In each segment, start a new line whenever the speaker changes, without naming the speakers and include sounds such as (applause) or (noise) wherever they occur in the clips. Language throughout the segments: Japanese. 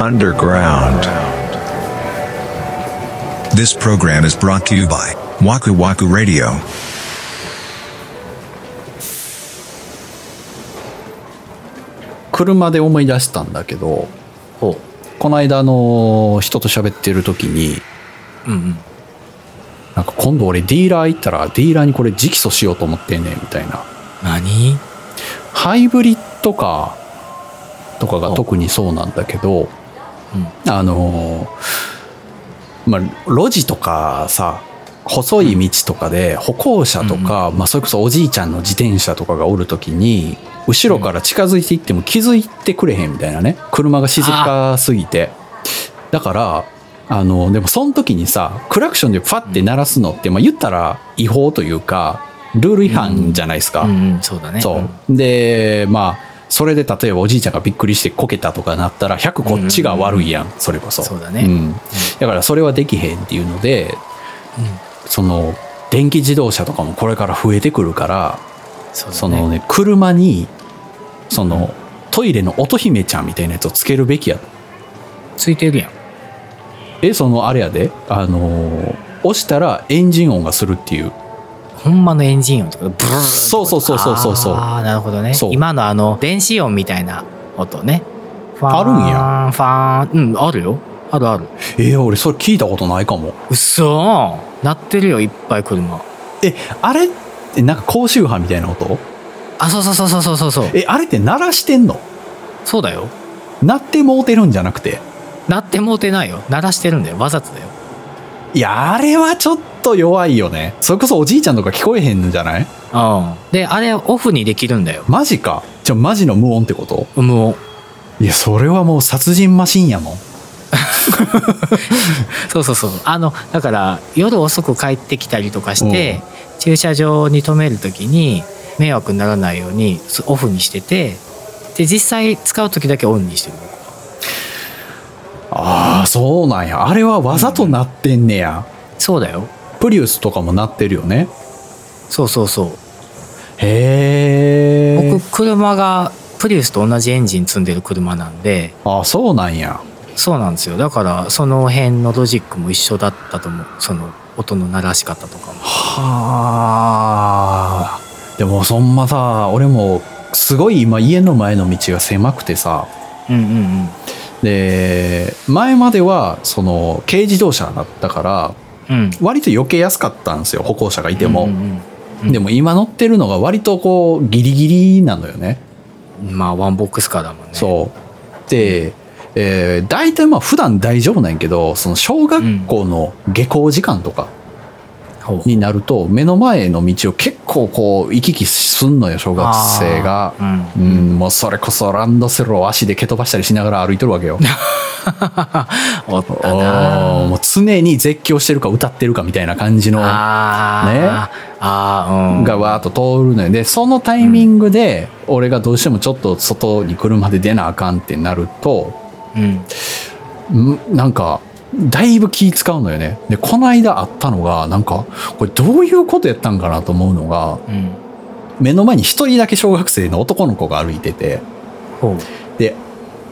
underground.
This program is brought to you by Waku Waku Radio.
車で思い出したんだけど
ほ
この間あの人と喋ってる時に
う。うんうん。
なんか今度俺ディーラー行ったらディーラーにこれ直訴しようと思ってんねんみたいな
何
ハイブリッドカーとかが特にそうなんだけど、あのーまあ、路地とかさ、細い道とかで歩行者とか、まあ、それこそおじいちゃんの自転車とかがおるときに、後ろから近づいていっても気づいてくれへんみたいなね。車が静かすぎて。だから、あの、でもその時にさ、クラクションでファって鳴らすのって、まあ、言ったら違法というか、ルール違反じゃないですか。
うんうん、そうだね。
そう。で、まあ、それで例えばおじいちゃんがびっくりしてこけたとかなったら100こっちが悪いやん、それこそ。
そうだね
ん。だからそれはできへんっていうので、その、電気自動車とかもこれから増えてくるから、
そうだね。
そのね、車に、その、トイレの乙姫ちゃんみたいなやつをつけるべきやと。
ついてるやん。
え、その、あれやで、あのー、押したらエンジン音がするっていう。
ほんまのエンジン音とか、ブルーンとか
そうそうそうそうそうそう
ああ、なるほどね
そ。う
今のあの、電子音みたいな音ね。ファーン
あるんや。
ファーン。うん、あるよ。あるある。
えー俺それ聞いたことないかも。
うそー鳴ってるよ、いっぱい車。
え、あれってなんか高周波みたいな音
あ、そうそうそうそうそうそうそう。
え、あれって鳴らしてんの
そうだよ。
鳴ってもうてるんじゃなくて。
鳴ってもうてないよ。鳴らしてるんだよ。わざとだよ。
いや、あれはちょっと弱いよね。それこそおじいちゃんとか聞こえへんんじゃない
うん。で、あれオフにできるんだよ。
マジか。じゃあマジの無音ってこと
無音。
いや、それはもう殺人マシンやもん。
そうそうそう。あの、だから、夜遅く帰ってきたりとかして、駐車場に止めるときに、迷惑にならないようにすオフにしてて、で、実際使うときだけオンにしてる。
ああ、そうなんや。あれはわざと鳴ってんねや。
そうだよ。
プリウスとかも鳴ってるよね。
そうそうそう。
へえ。
僕、車が、プリウスと同じエンジン積んでる車なんで、
あ、そうなんや。
そうなんですよ。だから、その辺のロジックも一緒だったと思う。その、音の鳴らし方とかも。
はあ。でもそんなさ、俺もすごい今家の前の道が狭くてさ、
うんうんうん。
で前まではその軽自動車だったから
うん。
割と避けやすかったんですよ歩行者がいても、
うんうん
でも今乗ってるのが割とこうギリギリなのよね
うんまあ、ワンボックスカーだもんね。
そうで、えー、大体まあ普段大丈夫なんやけどその小学校の下校時間とか
ほう。
になると目の前の道を結構こう行き来すんのよ小学生が
あ。
う
ーうん。
ん、もうそれこそランドセルを足で蹴飛ばしたりしながら歩いてるわけよ。
(laughs) おったな
おーもう常に絶叫してるか歌ってるかみたいな感じのが
あー
ね
あーうん
わーっと通るのよでそのタイミングで俺がどうしてもちょっと外に車で出なあかんってなると
うん
んなんかだいぶ気使うのよねでこの間あったのがなんかこれどういうことやったんかなと思うのが
うん
目の前に一人だけ小学生の男の子が歩いてて
ほう
で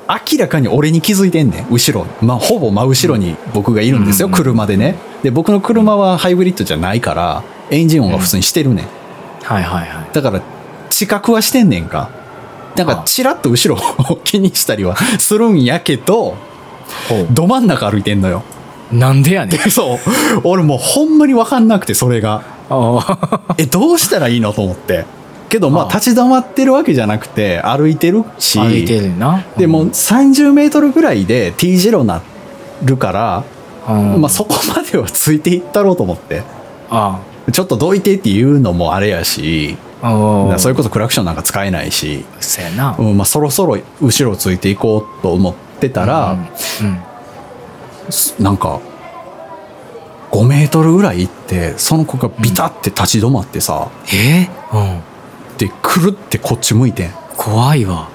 明らかに俺に気づいてんねん後ろ、まあ、ほぼ真後ろに僕がいるんですよ、
うん
車でねで僕の車はハイブリッドじゃないからエンジン音が普通にしてるねん
はいはいはい
だから知覚はしてんねんかだから
あ
チラッと後ろを (laughs) 気にしたりはするんやけど
ほ
ど真ん中歩いてんのよ
うなんでやねん
そう俺もうほんまに分かんなくてそれがえどうしたらいいのと思ってけどまあ
あ
立ち止まってるわけじゃなくて歩いてるし
(laughs) 歩いてるな
でもう30メートルぐらいで T 字路になるから、
うん
まあそこまではついていったろうと思って。
あ
ちょっとどいてっていうのもあれやし、
あ
そ
そう
れこそクラクションなんか使えないし、
そうやな
うんまあそろそろ後ろついていこうと思ってたら、
うん
なんか、5メートルぐらい行って、その子がビタって立ち止まってさ、
えうん
で、くるってこっち向いてん。
怖いわ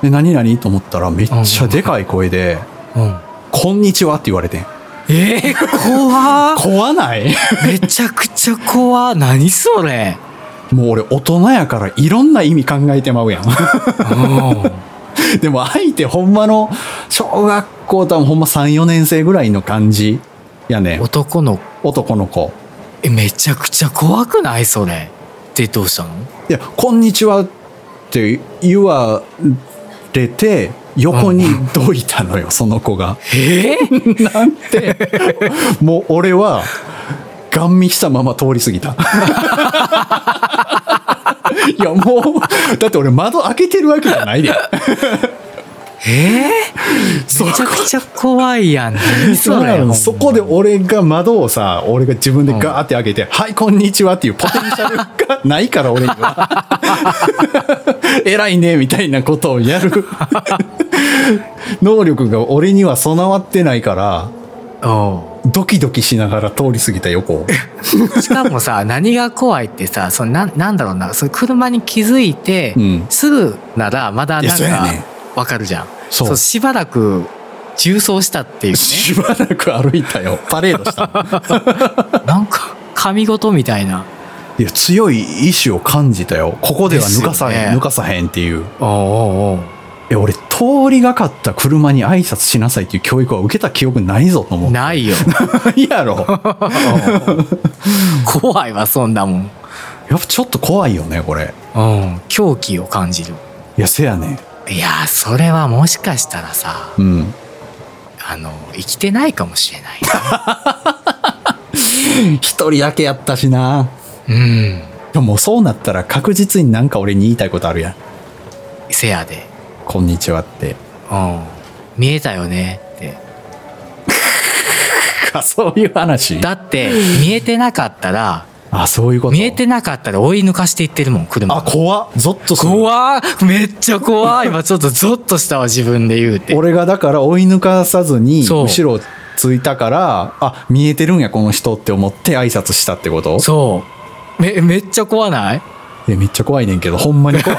で、何々と思ったらめっちゃでかい声で、
うん
こんにちはって言われてん。
えー、怖っ (laughs)
怖ない
めちゃくちゃ怖っ何それ
もう俺大人やからいろんな意味考えてまうやん。
うん
(laughs) でも相手ほんまの小学校多分ほんま34年生ぐらいの感じやねん
男の
男の子
えめちゃくちゃ怖くないそれでどうしたの
いや「こんにちは」って言われて横にどいたのよその子が。
えー、
(laughs) なんてもう俺はガン見したまま通り過
(laughs)
ぎた。いやもうだって俺窓開けてるわけじゃないで。
えー、めちゃくちゃ怖いやん何
(laughs)
そ
そう
れ
なのそこで俺が窓をさ俺が自分でガーって開けて「はいこんにちは」っていうポテンシャルがないから俺には偉いねみたいなことをやる能力が俺には備わってないから
う
ドキドキしながら通り過ぎた横を
んしかもさ何が怖いってさそのななんだろうなその車に気づいて、
うん
すぐならまだ
いや
なん
そうや
か
ね
わかるじゃん
そう
しばらく重走したっていう
(laughs)
ね
しばらく歩いたよパレードしたの
なんか神事みたいない
や強い意志を感じたよここでは抜かさ
です
へ
よ
ん、
ね
抜かさへんっていう
おうおうおう
え俺通りがかった車に挨拶しなさいっていう教育は受けた記憶ないぞと思う
な
(laughs)
いよ
い (laughs) やろ。
怖いわそんなもん
やっぱちょっと怖いよね、これ。
うん狂気を感じる
いや、せやね。
いやーそれはもしかしたらさ
うん。
あの生きてないかもしれ
(laughs)
ない
一人だけやったしな。
ね
でももうそうなったら確実になんか俺に言いたいことあるやん。
うんせやで
こんにちはって。
うん見えたよねって
あ、 (laughs) そういう話
だって見えてなかったら
あ、そういうこと。
見えてなかったら追い抜かしていってるもん車
あ、怖っ。ゾッとする。
怖っめっちゃ怖い (laughs) 今ちょっとゾッとしたわ自分で言うて
俺がだから追い抜かさずに、
そう
後ろついたから、あ、見えてるんや、この人って思って挨拶したってこと
そうめめっちゃ怖ない
いや、めっちゃ怖いねんけど、ほんまに怖い。
(laughs)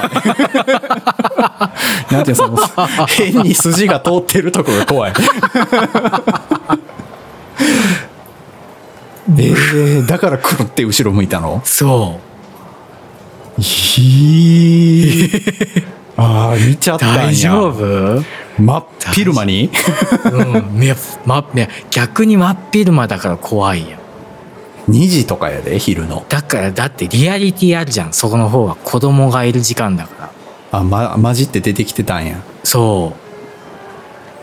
なんていうのその、変に筋が通ってるとこが
(laughs)
怖い。えー、だからくるって後ろ向いたの
そう
ひ (laughs) ああ、見ちゃったんや。
大丈夫
真っ昼間に
うん、 (laughs) めま、ね逆に真っ昼間だから怖いやん
?2 時とかやで、昼の。
だからだってリアリティあるじゃんそこの方が子供がいる時間だから
あ、ま、混じって出てきてたんや。
そ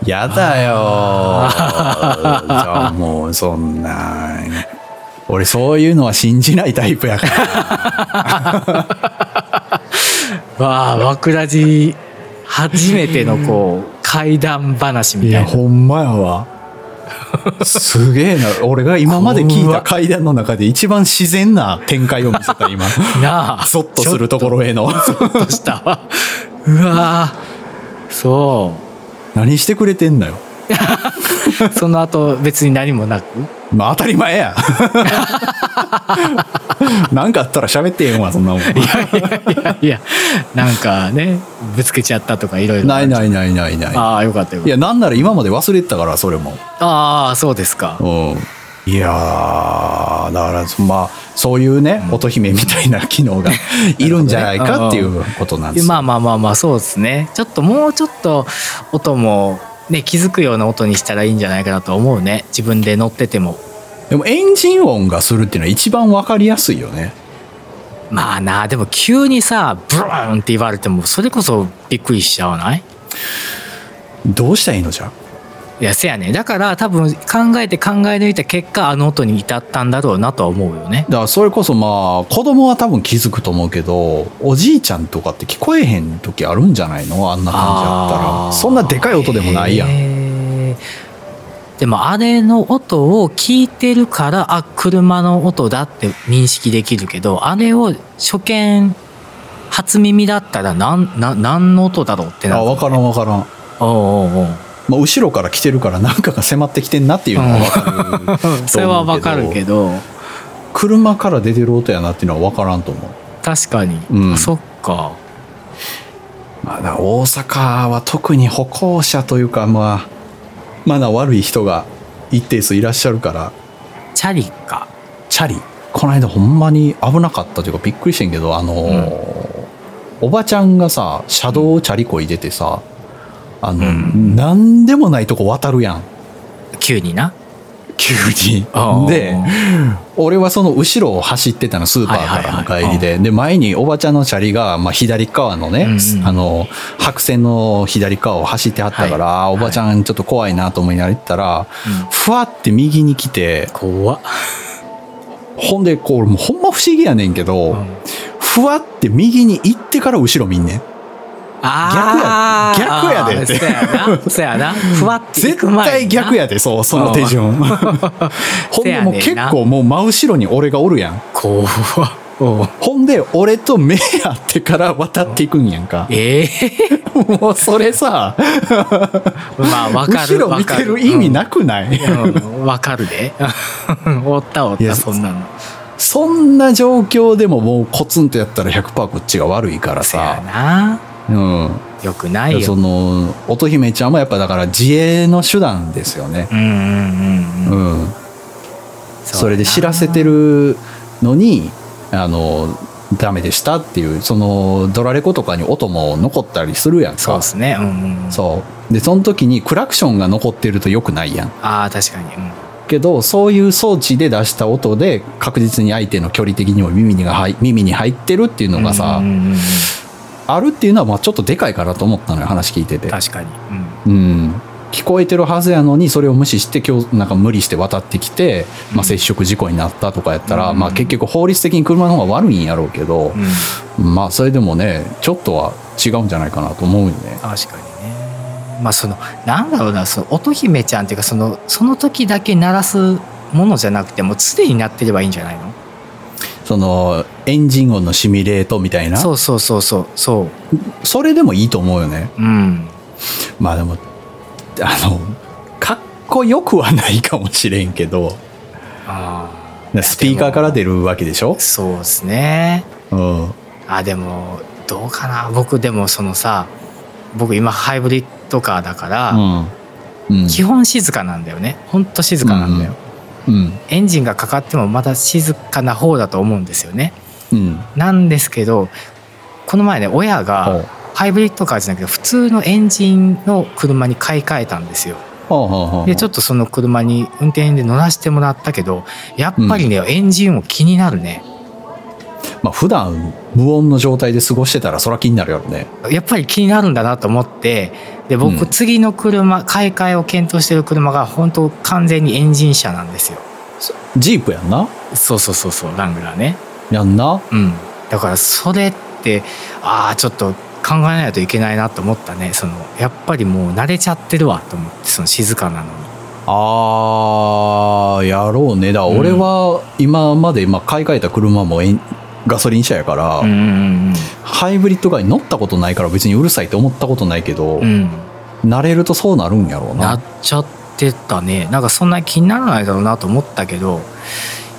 う
やだよーじゃあもうそんな俺そういうのは信じないタイプやから
わあ枕地初めてのこう怪談話みたいな
ほんまやわすげえな俺が今まで聞いた階段の中で一番自然な展開を見せた (laughs) 今
なあ
ゾッとするところへの
ちょっとしたわうわーそ
何してくれてんのよ
うその後別に何もなく
まあ当たり前 (laughs) やなんかあったら喋ってええんわそんなもん
いやいやなんかねぶつけちゃったとかいろいろ
ないないないないない
ああよかったよ
い
かっ
やなんなら今まで忘れてたからそれも
たああそうですか
いやーだからそまあそういうね、乙姫みたいな機
(laughs)
能がいるんじゃないかっていうことなんですよ
まあまあまあまあそうですねちょっともうちょっと音もね気づくような音にしたらいいんじゃないかなと思うね自分で乗ってても
でもエンジン音がするっていうのは一番わかりやすいよね
まあなでも急にさブーンって言われてもそれこそびっくりしちゃわない
どうしたらいいのじゃ
いやせやねだから多分考えて考え抜いた結果あの音に至ったんだろうなとは思うよね
だからそれこそまあ子供は多分気づくと思うけどおじいちゃんとかって聞こえへん時あるんじゃないのあんな感じだった
あ
ら
ー
そんなでかい音でもないやん
へーでもあれの音を聞いてるからあ車の音だって認識できるけどあれを初見初耳だったらなんな何の音だろうってな
あ
る
分からん分からん、
おうおうおう
まあ、後ろから来てるからなんかが迫ってきてんなっていうのは分かると思うけど
それはわかるけど
車から出てる音やなっていうのは分からんと思う、
確かに、
うん
そっか
まあ、だから大阪は特に歩行者というかまあマナー悪い人が一定数いらっしゃるから
チャリか
チャリこの間ほんまに危なかったというかびっくりしてんけどあのーおばちゃんがさ車道をチャリこいでてさ、あの、なんでもないとこ渡るやん。
急にな
急に
あー。
で、俺はその後ろを走ってたの、スーパーからの
はいはいは
帰
い
りで。で、前におばちゃんのチャリが、まあ、左側のね、
うんうん
あの、白線の左側を走ってはったから、
は
あー
い
おばちゃんちょっと怖いなと思いながら行ったら、
うん
ふわって右に来て、
怖っ、
ほんで、こう、もうほんま不思議やねんけど、
うん
ふわって右に行ってから後ろ見んねん。
あー
逆や逆やでって
あーそうやなそうやなふわって行
絶
く前にな
対逆やで、そう、その手順。 (laughs) ほんでもう
せやねん
結
な
構もう真後ろに俺がおるやん。
怖っ
ほんで、俺と目合ってから渡っていくんやんか。
ええ
もうそれさ、
まあわか
後
る
ろ
わ
見
か
てる意味なくない、
うんわかるで (laughs) おったおっ
いや
たそんなの
そんな状況でももうコツンとやったら100%こっちが悪いから
せや
さ。
な
うん。
よくない
そ
よ
の、乙姫ちゃんもやっぱだから自衛の手段ですよね。
うんうんうんうん
うん。
そ
それで知らせてるのに、あの、ダメでしたっていう、その、ドラレコとかに音も残ったりするやんか。
そうですねうんうん
そう。で、その時にクラクションが残ってると良くないやん。
ああ確かにうん
けどそういう装置で出した音で確実に相手の距離的にも耳にが入耳に入ってるっていうのがさ、
うんうんうん
あるっていうのはまあちょっとでかいかなと思ったのよ話聞いてて、
確かにうん
うん、聞こえてるはずやのにそれを無視して今日なんか無理して渡ってきて、まあ、接触事故になったとかやったら、
うん
まあ、結局法律的に車の方が悪いんやろうけど、
うん
まあそれでもねちょっとは違うんじゃないかなと思うよね。
確かにねまあそのなんだろうなその乙姫ちゃんっていうかそのその時だけ鳴らすものじゃなくてもう常になってればいいんじゃないの
そのエンジン音のシミュレートみたいな
そ
そう
そうそうそうそ
れでもいいと思うよね。
ううん
まあでもあのかっこよくはないかもしれんけど
あ
スピーカーから出るわけでしょ
ー、そうですね
うん、
あでもどうかな僕でもそのさ僕今ハイブリッドカーだから、
うん
基本静かなんだよねほんと静かなんだよ、
うん
エンジンがかかってもまだ静かな方だと思うんですよね
うん
なんですけどこの前ね親が、
ほう
ハイブリッドカーじゃなくて普通のエンジンの車に買い替えたんですよ
ほうほうほう
でちょっとその車に運転で乗らせてもらったけどやっぱりね、エンジン音気になるね
まあ普段無音の状態で過ごしてたらそら気になるやろね
やっぱり気になるんだなと思ってで僕、
うん
次の車買い替えを検討してる車が本当完全にエンジン車なんですよ
ジープやんな
そうそうそうそうラングラーね
やんな
うんだからそれってああちょっと考えないといけないなと思ったねそのやっぱりもう慣れちゃってるわと思ってその静かなのに
あーやろうねだから俺は今まで、まあ、買い替えた車もエンガソリン車やから、
うんうん
ハイブリッドガに乗ったことないから別にうるさいって思ったことないけど、
うんうん
慣れるとそうなるんやろうな
なっちゃってたねなんかそんな気にならないだろうなと思ったけど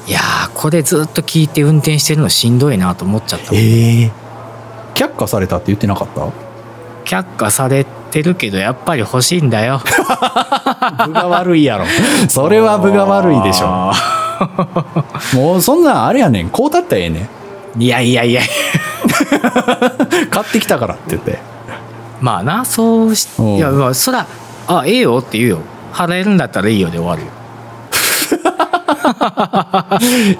いやーこれずっと聞いて運転してるのしんどいなと思っちゃった
ええ却下されたって言ってなかった
却下されてるけどやっぱり欲しいんだ (laughs) よ
部が悪いやろ (laughs) それは部が悪いでしょ
あ
(laughs) もうそんなんあれやねん (laughs) こうだったらええね
ーいやいやいや
ん買ってきたからって言って
まあなそうし
うん
いやまあそらあええよって言うよ払えるんだったらいいよで終わるよ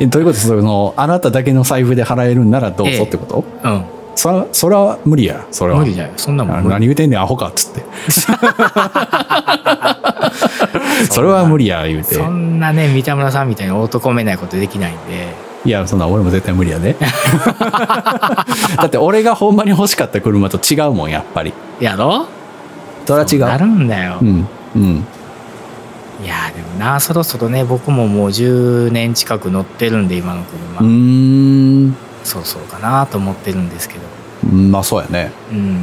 えどういうことそのあなただけの財布で払えるんならどう
え
ぞ
え
ってこと、
う
そそれは無理やそれ
ん
は
無理だよそんなも
あ
ん
の
無
何
理
言うてんねんアホかっ
(laughs)
つってそれは無理や言うて
そんなね三田村さんみたいに男めないことできないんで
いやそんなん俺も絶対無理や
(laughs)
でだって俺がほんまに欲しかった車と違うもんやっぱり
やろ
それは違う
なるんだよ、
うんうん
いやーでもなそろそろね僕ももう10年近く乗ってるんで今の車、
うーん
そうそうかなと思ってるんですけど
うんまあそうやね
うん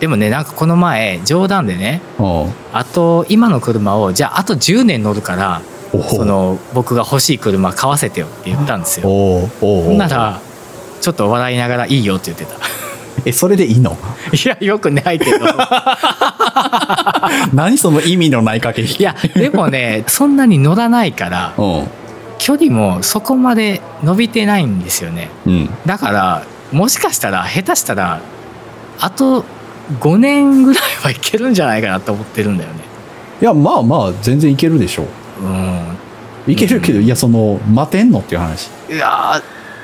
でもねなんかこの前冗談でね
うん
あと今の車をじゃああと10年乗るから
おほ
その僕が欲しい車買わせてよって言ったんですよ
おうおうお
ほ
うん
ならちょっと笑いながらいいよって言ってた
えそれでいい
(laughs)
の
いやよくないけど
何その意味のない駆け引き
いやでもねそんなに乗らないから
うん
距離もそこまで伸びてないんですよね
うん
だからもしかしたら下手したらあと5年ぐらいはいけるんじゃないかなと思ってるんだよね。
いやまあまあ全然いけるでしょ
うん、
ういけるけど、いやその待てんのっていう話
いや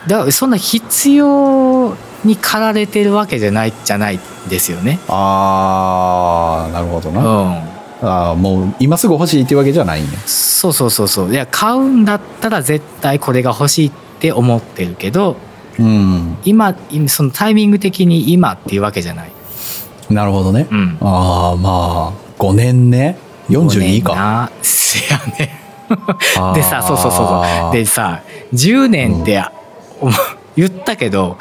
ーだからそんな必要に駆られてるわけじゃないじゃないですよね。
あーなるほど
う
な、あ
ん、
あーもう今すぐ欲しいっていうわけじゃないんや
そうそうそうそういや買うんだったら絶対これが欲しいって思ってるけど
うん
今そのタイミング的に今っていうわけじゃない。
なるほどね、
うん
ああまあ5年ね42か
か。せやね。
あー
でさそうそうそうそうでさ10年って、言ったけど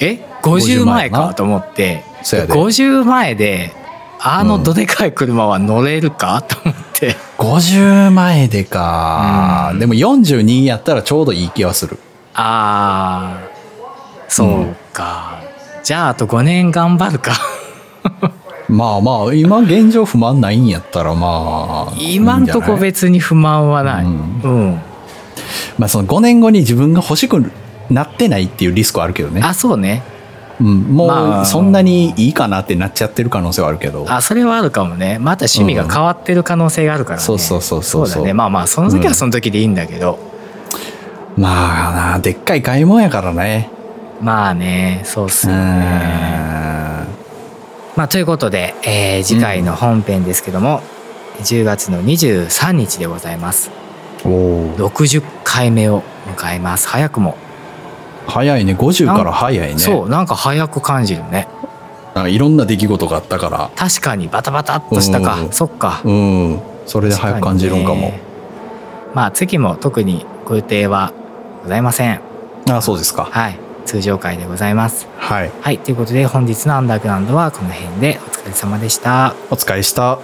え50
50
前
前
か
な
と思って
そうやで
50前であの
うん
どでかい車は乗れるか、と思って
50前でか、
うん
でも42やったらちょうどいい気はする
あーそうか、じゃああと5年頑張るか
まあまあ今現状不満ないんやったらまあ
今ん
い
とこ
いんじゃない
別に不満はない、
う
う
んんまあその5年後に自分が欲しくなってないっていうリスクはあるけどね
あそうね
うん、
ま
も
あ
うそんなにいいかなってなっちゃってる可能性はあるけど
あそれはあるかもねまた趣味が変わってる可能性があるからね、
そうそうそうそう
そうだねまあまあその時はその時でいいんだけど、
まあなでっかい買い物やからね
まあねそうっす
う
よ
ん
ね。まあ、ということで、えー次回の本編ですけども、10月の23日でございます
おー
60回目を迎えます早くも、
早いね50から早いね
そうなんか早く感じるね
なんかいろんな出来事があったから
確かにバタバタっとしたか、
うん
そっか、
うんそれで早く感じるんかも
確にねまあ次も特にご予定はございません
あそうですか
はい通常回でございます
はい
はいということで本日のアンダーグラウンドはこの辺でお疲れ様でした
お疲れした